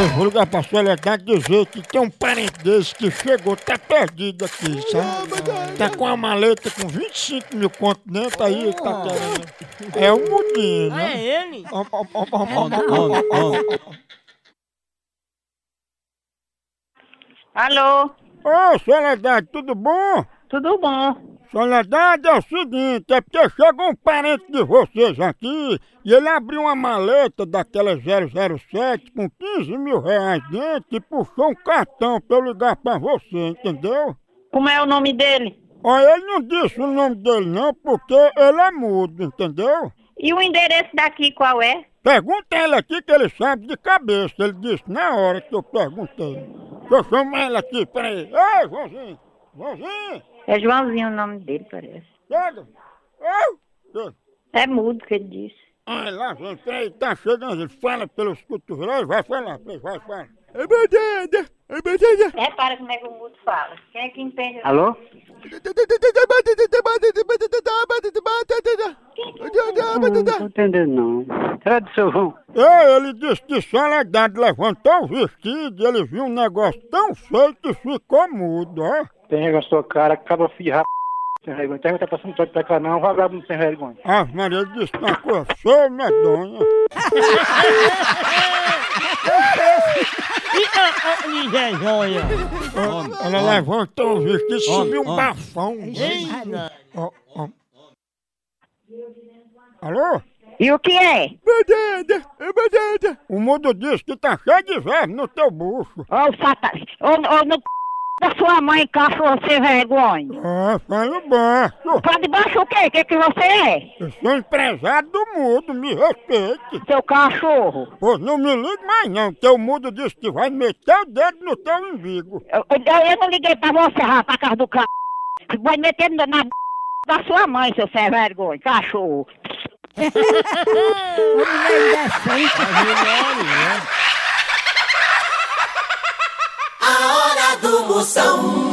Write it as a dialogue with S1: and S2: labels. S1: Eu vou ligar pra solidariedade dizer que tem um parente desse que chegou, tá perdido aqui, sabe? Tá com uma maleta com 25 mil conto dentro aí, tá querendo. É o Mudinho,
S2: Ah, é
S1: né?
S2: ele?
S1: Ó, ó, ó, ó, ó, ó, ó,
S3: Alô,
S1: ó. Ô, Soledade, tudo bom?
S3: tudo bom?
S1: Soledade, é o seguinte, é porque chegou um parente de vocês aqui e ele abriu uma maleta daquela 007 com 15 mil reais dentro e puxou um cartão pra eu ligar pra você, entendeu?
S3: Como é o nome dele?
S1: Olha, ele não disse o nome dele não, porque ele é mudo, entendeu?
S3: E o endereço daqui qual é?
S1: Pergunta ele aqui que ele sabe de cabeça. Ele disse na hora que eu perguntei. Deixa eu chamar ela aqui, peraí. Ei, Joãozinho! Joãozinho!
S3: É Joãozinho o nome dele, parece.
S1: Chega! Eu! Eu.
S3: É mudo que ele disse.
S1: Ai, lá vem, peraí, tá chegando. Ele fala pelos cotovelos, vai falar, peraí, vai falar.
S3: Repara como é que o mudo fala. Quem é que entende?
S4: Alô?
S1: Ah,
S4: Hum, Não tô entendendo não. Será do seu João?
S1: Ei, É, ele disse que Soledade levantou o vestido, ele viu um negócio tão feio que ficou mudo, ó.
S4: Tem vergonha na sua cara, cabra filho de rap... Sem vergonha. Tem que tá passando todo pra cá não, vagabundo sem vergonha.
S1: Ah, Maria ele disse uma coisa feia, medonha.
S2: Ih, ah, ah, misericórdia.
S1: Ela levantou o vestido e subiu um bafão.
S2: Eita.
S1: Ó, ó. Alô?
S3: E o que é?
S1: O mundo disse que tá cheio de verme no teu bucho.
S3: Ô, Satanás. Ô, ô, no c... da sua mãe, cachorro sem vergonha.
S1: Ah, fala baixo.
S3: Pra debaixo o quê? O que, que você é?
S1: Eu sou empresário do mundo, me respeite.
S3: Seu cachorro.
S1: Pô, não me ligue mais não, teu mundo disse que vai meter o dedo no teu umbigo.
S3: Eu, eu- eu não liguei pra você, rapaz, pra casa do c... Vai meter na, na da sua mãe, seu sem vergonha. Cachorro.
S5: A hora do Moção.